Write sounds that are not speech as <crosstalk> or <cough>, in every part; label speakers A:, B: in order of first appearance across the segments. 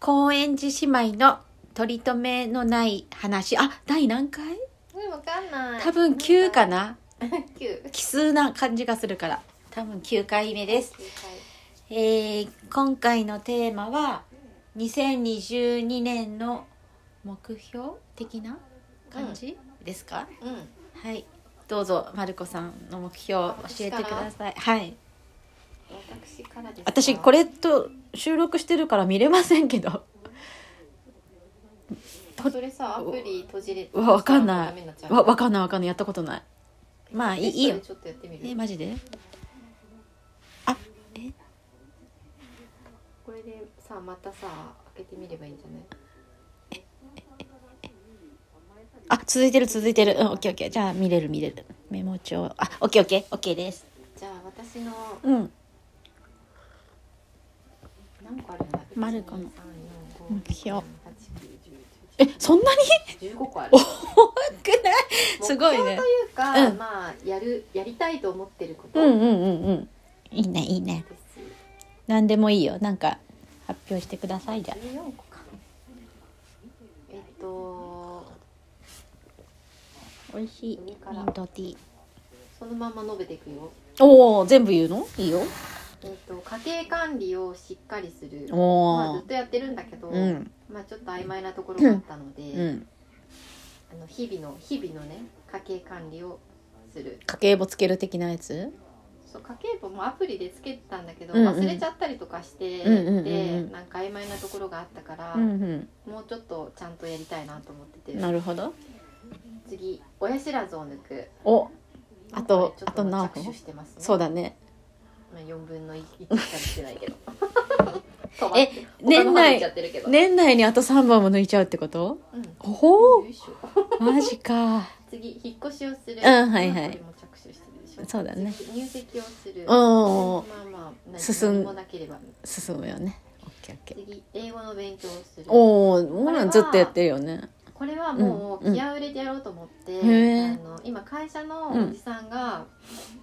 A: 高円寺姉妹の取り留めのない話。あ、第何回
B: うん、わかんない。
A: 多分9か。な。
B: 九。
A: 奇数な感じがするから。多分9回目です。
B: 九回。
A: えー今回のテーマは、2022年の目標的な感じ、ですか
B: うん。
A: はい。どうぞ、まるこさんの目標教えてください。はい。
B: 私からですか。
A: 私、これ
B: れ。
A: と収録してるから見れませんけど。
B: それさ、アプリ閉じれ。
A: うわわかんない
B: ダメになっちゃう
A: わ、わかんないわかんない。やったことない。まあ、いいいいよ
B: テストで。ちょっとやってみ
A: え
B: る。
A: マジであえ
B: これでさ、またさ、開けてみればいいんじゃない。
A: あ続いてる続いてるうんオッケーオッケーじゃあ見れる見れるメモ帳あオッケーオッケーオッケーです
B: じゃあ、私の。
A: うん
B: 何個あるんだ。
A: マルコの
B: 1 2 3 4 5
A: 目標。
B: 6 7 8 9 10 11 12
A: えそんなに
B: 15個ある。 <laughs>
A: すごいね
B: 目標というか、
A: うん
B: まあ、やる、やりたいと思ってること。
A: うん
B: で
A: うんうんうんいいねいいね
B: す。
A: 何でもいいよなんか発表してくださいじゃ
B: 十四個か。えっと、
A: あ美味しいミ
B: 上から
A: ントティー
B: そのまま述べていくよ。
A: おお全部言うのいいよ
B: えっと、家計管理をしっかりする。まあ、
A: お
B: ず
A: お
B: っとやってるんだけど、
A: うん
B: まあ、ちょっと曖昧なところがあったので、
A: うん
B: あの日々の日々のね家計管理をする
A: 家計簿つける的なやつ
B: そう家計簿もアプリでつけてたんだけど、
A: うんうん
B: 忘れちゃったりとかして、
A: うんうんうんうん
B: でなんか曖昧なところがあったから、
A: うん
B: もうちょっとちゃんとやりたいなと思って
A: うん
B: て
A: なるほど
B: 次親知らずを抜く
A: おあ
B: なん
A: と
B: かちょ
A: あ
B: っと
A: と何
B: 着手
A: 本
B: してますね
A: そうだね
B: まあ、4分の1しかしてないけど <laughs> 止まって
A: え
B: 他
A: 年
B: の方行っ
A: 内
B: ちゃってるけど、
A: 年内にあと3本も抜いちゃうってこと
B: うん
A: ほほ
B: よいしょ
A: マジか。
B: 次引っ越しをする、
A: うんはいはい
B: これも着手してるでしょ
A: そうだね
B: 次入籍をする
A: うんうんうん
B: まあまあ何
A: 進ん
B: 何もなければ
A: 進むよね。オッケーオッケー。
B: 次英語の勉強をする
A: おお、も
B: これ
A: う
B: は
A: ずっとやってるよね。
B: これはも
A: う
B: うん気合を入れてやろうと思って、
A: んへー
B: あの今会社のおじさんが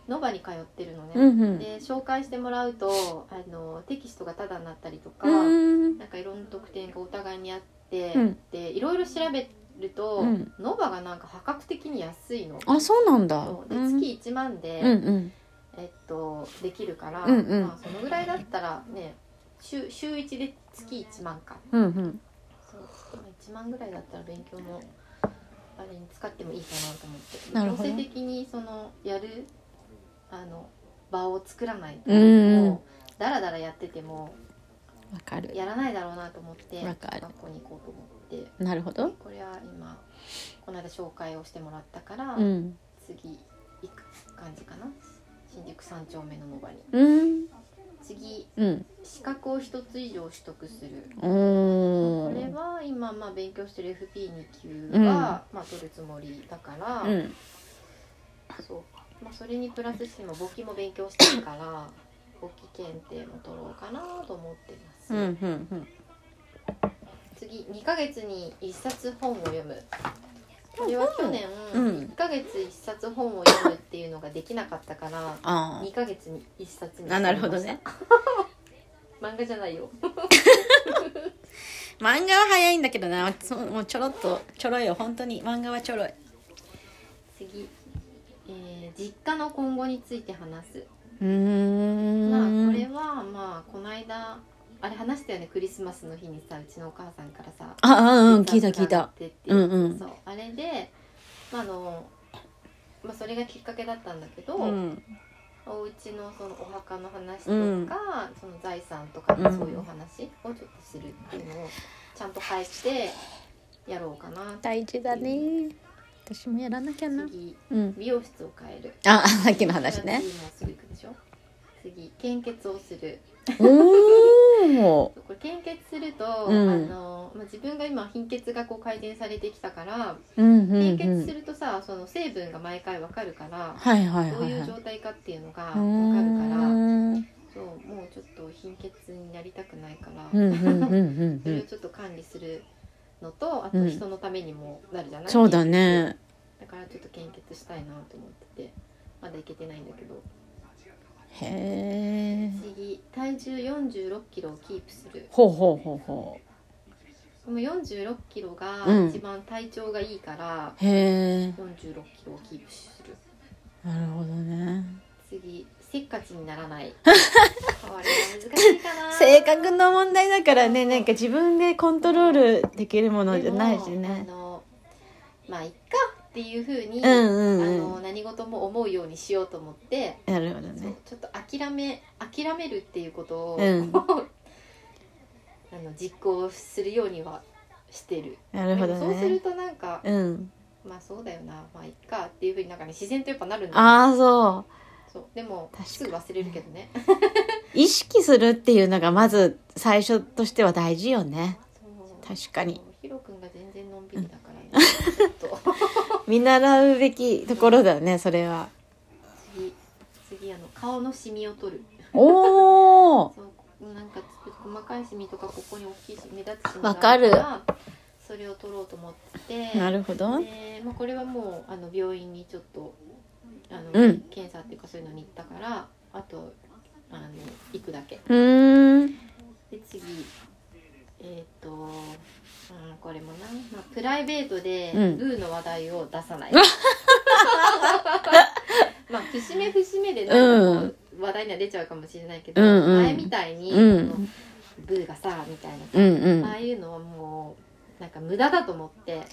B: ノバに通ってるのね、
A: うんうん。
B: で紹介してもらうとあのテキストがタダになったりとか、
A: うん。
B: なんかいろんな特典がお互いにあって、
A: うん
B: でいろいろ調べると、
A: うん
B: ノバがなんか破格的に安いの。
A: あ、そうなんだ。
B: そう
A: う
B: で
A: ん
B: 月1万で、
A: うんうん。
B: えっと、できるから、
A: うんうん
B: まあ、そのぐらいだったらね週週1で月1万か
A: うんうん。
B: そうまあ1万ぐらいだったら勉強のあれに使ってもいいかなと思って
A: なるほど
B: 強制的にそのやるあの場を作らないと
A: うん
B: もうだらだらやってても
A: わかる。
B: やらないだろうなと思って
A: わかる
B: 学校に行こうと思って
A: なるほど。
B: これは今この間紹介をしてもらったから、
A: うん。
B: 次行く感じかな新宿三丁目のノバに
A: うん。
B: 次
A: うん。
B: 資格を一つ以上取得する
A: お
B: こ
A: お。
B: れは今まあ勉強してる FP2
A: う
B: 級が、
A: ん
B: まあ、取るつもりだから、
A: うん。
B: そうまあ、それにプラスしても簿記も勉強してるから <laughs> 簿記検定も取ろうかなと思ってます、
A: うんうんうん。
B: 次2ヶ月に1冊本を読むこれは去年
A: うん
B: 1ヶ月1冊本を読むっていうのができなかったから
A: あ
B: 2ヶ月に1冊に
A: あ。あ、なるほどね。
B: 漫画じゃないよ
A: 漫画は早いんだけどな。そうもうちょろっと、ちょろいよ。本当に。漫画はちょろい。
B: 次、えー実家の今後について話す
A: うーん。
B: まあこれはまあこの間あれ話したよねクリスマスの日にさうちのお母さんからさ
A: あ、あ、うん、聞いた聞いた。
B: 手伝ってっていう
A: うんうん
B: そうあれで、まああのまあ、それがきっかけだったんだけど、
A: うん。
B: お家のそのお墓の話とか、その財産とか
A: うん
B: そういうお話をちょっとするっていうのをちゃんと返してやろうかな
A: 大事だね。私もやらなきゃな。
B: 次
A: うん。
B: 美容室を変える
A: あ、 <laughs> さっきの話ね
B: 次。もうすぐ行くでしょ次献血をする
A: おお。
B: これ献血すると、
A: うん
B: あのまあ、自分が今貧血がこう改善されてきたから
A: うんうん、う
B: 献
A: ん。
B: 血するとさ、その成分が毎回わかるから、
A: はいはい
B: どう
A: はいいは
B: う
A: い。
B: 状態かっていうのがわか
A: うー
B: るから
A: ん
B: そうもうちょっと貧血になりたくないから、
A: うんうんうんう
B: それを
A: ん
B: ちょっと管理するのとあ
A: う
B: と
A: ん
B: 人のためにもなるじゃ
A: う
B: ない、
A: ん。そうだね。
B: だからちょっと献血したいなと思っててまだいけてないんだけど
A: へえ。
B: 次体重4 6キロをキープする
A: ほうほうほうほ
B: もう46キロが
A: うん
B: 一番体調がいいから、
A: へえ
B: 46キロをキープする
A: なるほどね
B: 次せっかちにならない
A: <laughs>
B: これは難しいかな
A: 性格の問題だからねなんか自分でコントロールできるものじゃないし
B: でも
A: ね
B: あのまあいっかっていうふう
A: うん
B: に、
A: うんうん
B: あの何事も思うようにしようと思って、
A: なるほど
B: そう
A: ね
B: ちょっと諦め諦めるっていうことを、
A: うん
B: <laughs> あの実行するようにはしてる
A: なるほど
B: でもそうする
A: ね
B: となんか、
A: うん
B: まあそうだよなまあいっかっていうふうになんかね自然とやっぱなるんだよね
A: ああそ
B: そうでも
A: 確かに
B: すぐ忘れるけどね
A: う意識するっていうのがまず最初としては大事よね
B: そう
A: 確かに
B: そうヒロ君が全然のんびりだから
A: <laughs>
B: ね、ちょっと
A: 見習うべきところだよねそれは
B: 次次あの顔のシミを取る
A: おお
B: そうなんかつく細かいシミとかここに大きいし目立つシミ
A: わかる
B: がそれを取ろうと思って
A: なるほど
B: で、まあ、これはもうあの病院にちょっとあの、
A: うん
B: 検査っていうかそういうのに行ったからあとあの行くだけ
A: うーん
B: で次えっ、と、うん、これもな、まあ、プライベートで、
A: うん
B: ウーの話題を出
A: <laughs>
B: さない <laughs> まあ節目節目でなんかこう、話題には出ちゃうかもしれないけど、
A: うんうん
B: 前みたいに、
A: うん
B: あのブーがさみたいな、
A: うんうん
B: ああいうのはもうなんか無駄だと思って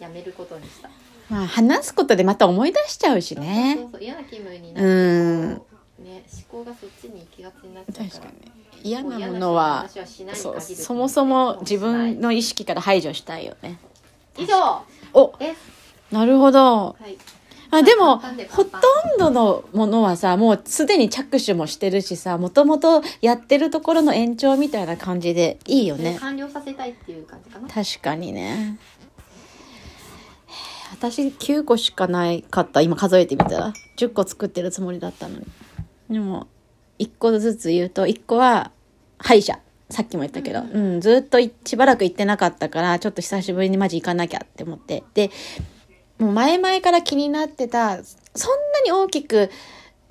B: やめることにした、
A: まあ話すことでまた思い出しちゃうし
B: そ
A: ね
B: うそう嫌な気分になって、
A: うん
B: こうね思考がそっちに行きがちになっちゃう
A: 確か
B: か
A: らに嫌なものは
B: こう嫌な人の話はしないに限
A: そう
B: る
A: そもそも自分の意識から排除したいよね
B: 以上
A: お
B: です
A: なるほど
B: はい
A: あでも
B: 簡単で
A: ほとんどのものはさもうすでに着手もしてるしさもともとやってるところの延長みたいな感じでいいよね
B: 完了させたいっていう感じかな
A: 確かにねへえ私9個しかないかった今数えてみたら10個作ってるつもりだったのにでも1個ずつ言うと1個は歯医者さっきも言ったけど、うんずっといしばらく行ってなかったからちょっと久しぶりにマジ行かなきゃって思ってでもう前々から気になってたそんなに大きく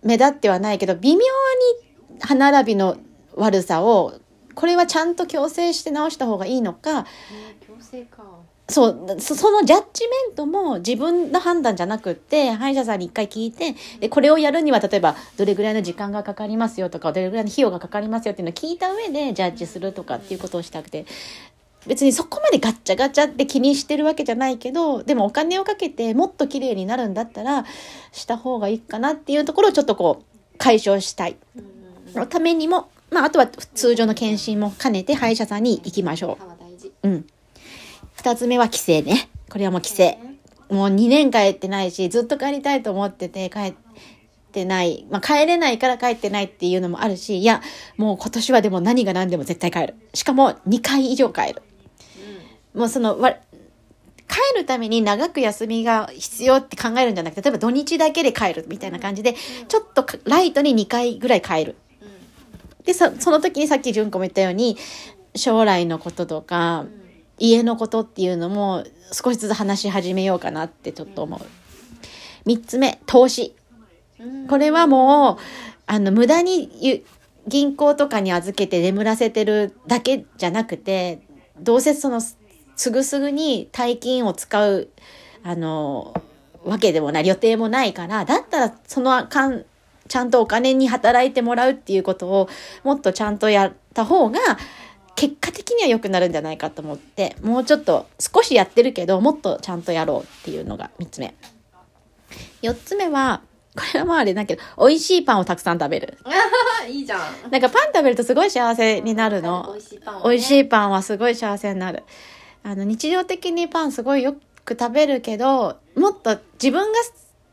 A: 目立ってはないけど微妙に歯並びの悪さをこれはちゃんと矯正して直した方がいいのか
B: えー強制か
A: そうそそのジャッジメントも自分の判断じゃなくって歯医者さんに一回聞いてでこれをやるには例えばどれぐらいの時間がかかりますよとかどれぐらいの費用がかかりますよっていうのを聞いた上でジャッジするとかっていうことをしたくて別にそこまでガッチャガチャって気にしてるわけじゃないけどでもお金をかけてもっと綺麗になるんだったらした方がいいかなっていうところをちょっとこう解消したい
B: うんうんうん
A: のためにも、まあ、あとは通常の検診も兼ねて歯医者さんに行きましょう。
B: 歯は大事
A: うん。二つ目は帰省ね。これはもう帰省。
B: <laughs>
A: もう2年帰ってないし、ずっと帰りたいと思ってて帰ってない。まあ帰れないから帰ってないっていうのもあるし、いや、もう今年はでも何が何でも絶対帰る。しかも2回以上帰る。もうその、わ帰るために長く休みが必要って考えるんじゃなくて、例えば土日だけで帰るみたいな感じで、ちょっとかライトに2回ぐらい帰る。
B: うんうん
A: で、そその時にさっき純子も言ったように、将来のこととか、
B: うん
A: 家のことっていうのも少しずつ話し始めようかなってちょっと思う。三つ目、投資。
B: うん
A: これはもう、あの、無駄にゆ銀行とかに預けて眠らせてるだけじゃなくて、どうせその、すぐすぐに大金を使う、あの、わけでもない、予定もないから、だったらそのかん、ちゃんとお金に働いてもらうっていうことをもっとちゃんとやった方が、結果的には良くなるんじゃないかと思って、もうちょっと少しやってるけど、もっとちゃんとやろうっていうのが3つ目。4つ目は、これはまああれだけど、美味しいパンをたくさん食べる。
B: あいいじゃん
A: なんかパン食べるとすごい幸せになるの
B: 美。味しいパンをね
A: 美味しいパンはすごい幸せになる。あの、日常的にパンすごいよく食べるけど、もっと自分が、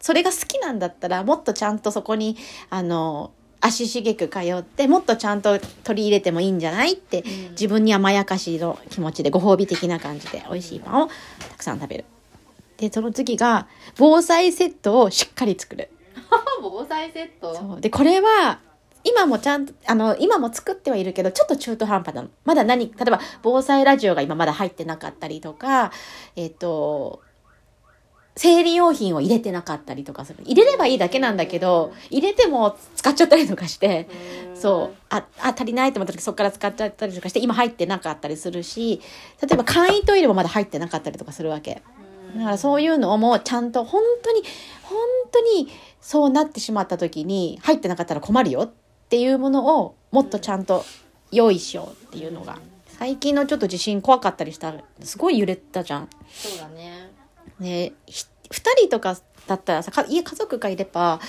A: それが好きなんだったら、もっとちゃんとそこに、あの、足しげく通って、もっとちゃんと取り入れてもいいんじゃないって、
B: ん
A: 自分に甘やかしの気持ちで、ご褒美的な感じで、美味しいパンをたくさん食べる。で、その次が、防災セットをしっかり作る。
B: 防災セット
A: そうでこれは今もちゃんとあの今も作ってはいるけどちょっと中途半端なのまだ何例えば防災ラジオが今まだ入ってなかったりとかえっ、と生理用品を入れてなかったりとかする入れればいいだけなんだけど入れても使っちゃったりとかしてそうああ足りないと思った時そこから使っちゃったりとかして今入ってなかったりするし例えば簡易トイレもまだ入ってなかったりとかするわけ
B: う
A: だからそういうのをもうちゃんと本当に本当にそうなってしまった時に入ってなかったら困るよっていうものをもっとちゃんと用意しようっていうのが最近のちょっと地震怖かったりしたすごい揺れたじゃん。
B: そうだね
A: ね、ひ2人とかだったらさか家家族がいれば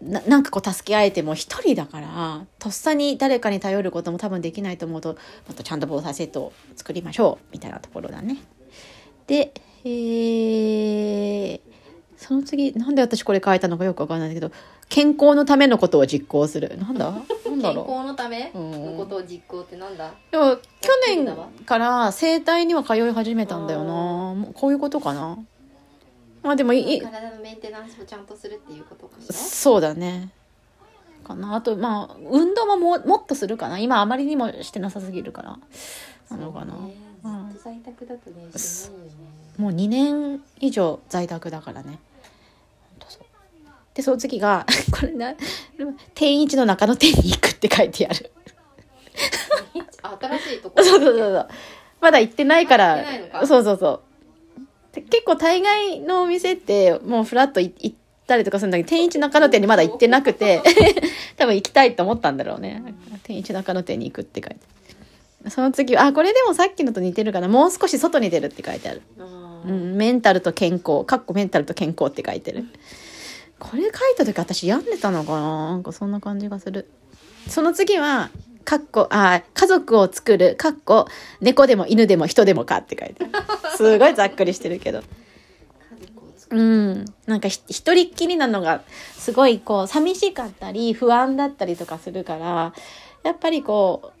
A: ななんかこう助け合えても1人だからとっさに誰かに頼ることも多分できないと思うともっとちゃんと防災セットを作りましょうみたいなところだね。で、えーその次なんで私これ書いたのかよくわかんないんだけど健康のためのことを実行するなんだなんだ
B: 健
A: ろう
B: 康のためのことを実行ってなんだ
A: でも去年から整体には通い始めたんだよなもうこういうことかなまあでもいい
B: 体のメンテナンスをちゃんとするっていうことかしら
A: そうだねかなあとまあ運動もももっとするかな今あまりにもしてなさすぎるからなのかな
B: そうね
A: うん
B: ずっと在宅だとねしないよね
A: もう2年以上在宅だからねほんとそうでその次が <laughs> これな天一の中の天に行くって書いてある
B: あ新しいとこ
A: そうそうそうそうまだ行ってないから
B: まだ行ってないのか
A: そうそうそうで結構大概のお店ってもうフラッとい行ったりとかするんだけど天一中野店にまだ行ってなくて <laughs> 多分行きたいと思ったんだろうね天一中野店に行くって書いてあるその次はあこれでもさっきのと似てるかなもう少し外に出るって書いてある、う
B: うん
A: ん、メンタルと健康かっこメンタルと健康って書いてるこれ書いた時私病んでたのかななんかそんな感じがするその次はかっこあ家族を作るかっこ猫でも犬でも人でもかって書いてあるすごいざっくりしてるけど
B: 家族を作る
A: うんなんかひ一人っきりなのがすごいこう寂しかったり不安だったりとかするからやっぱりこ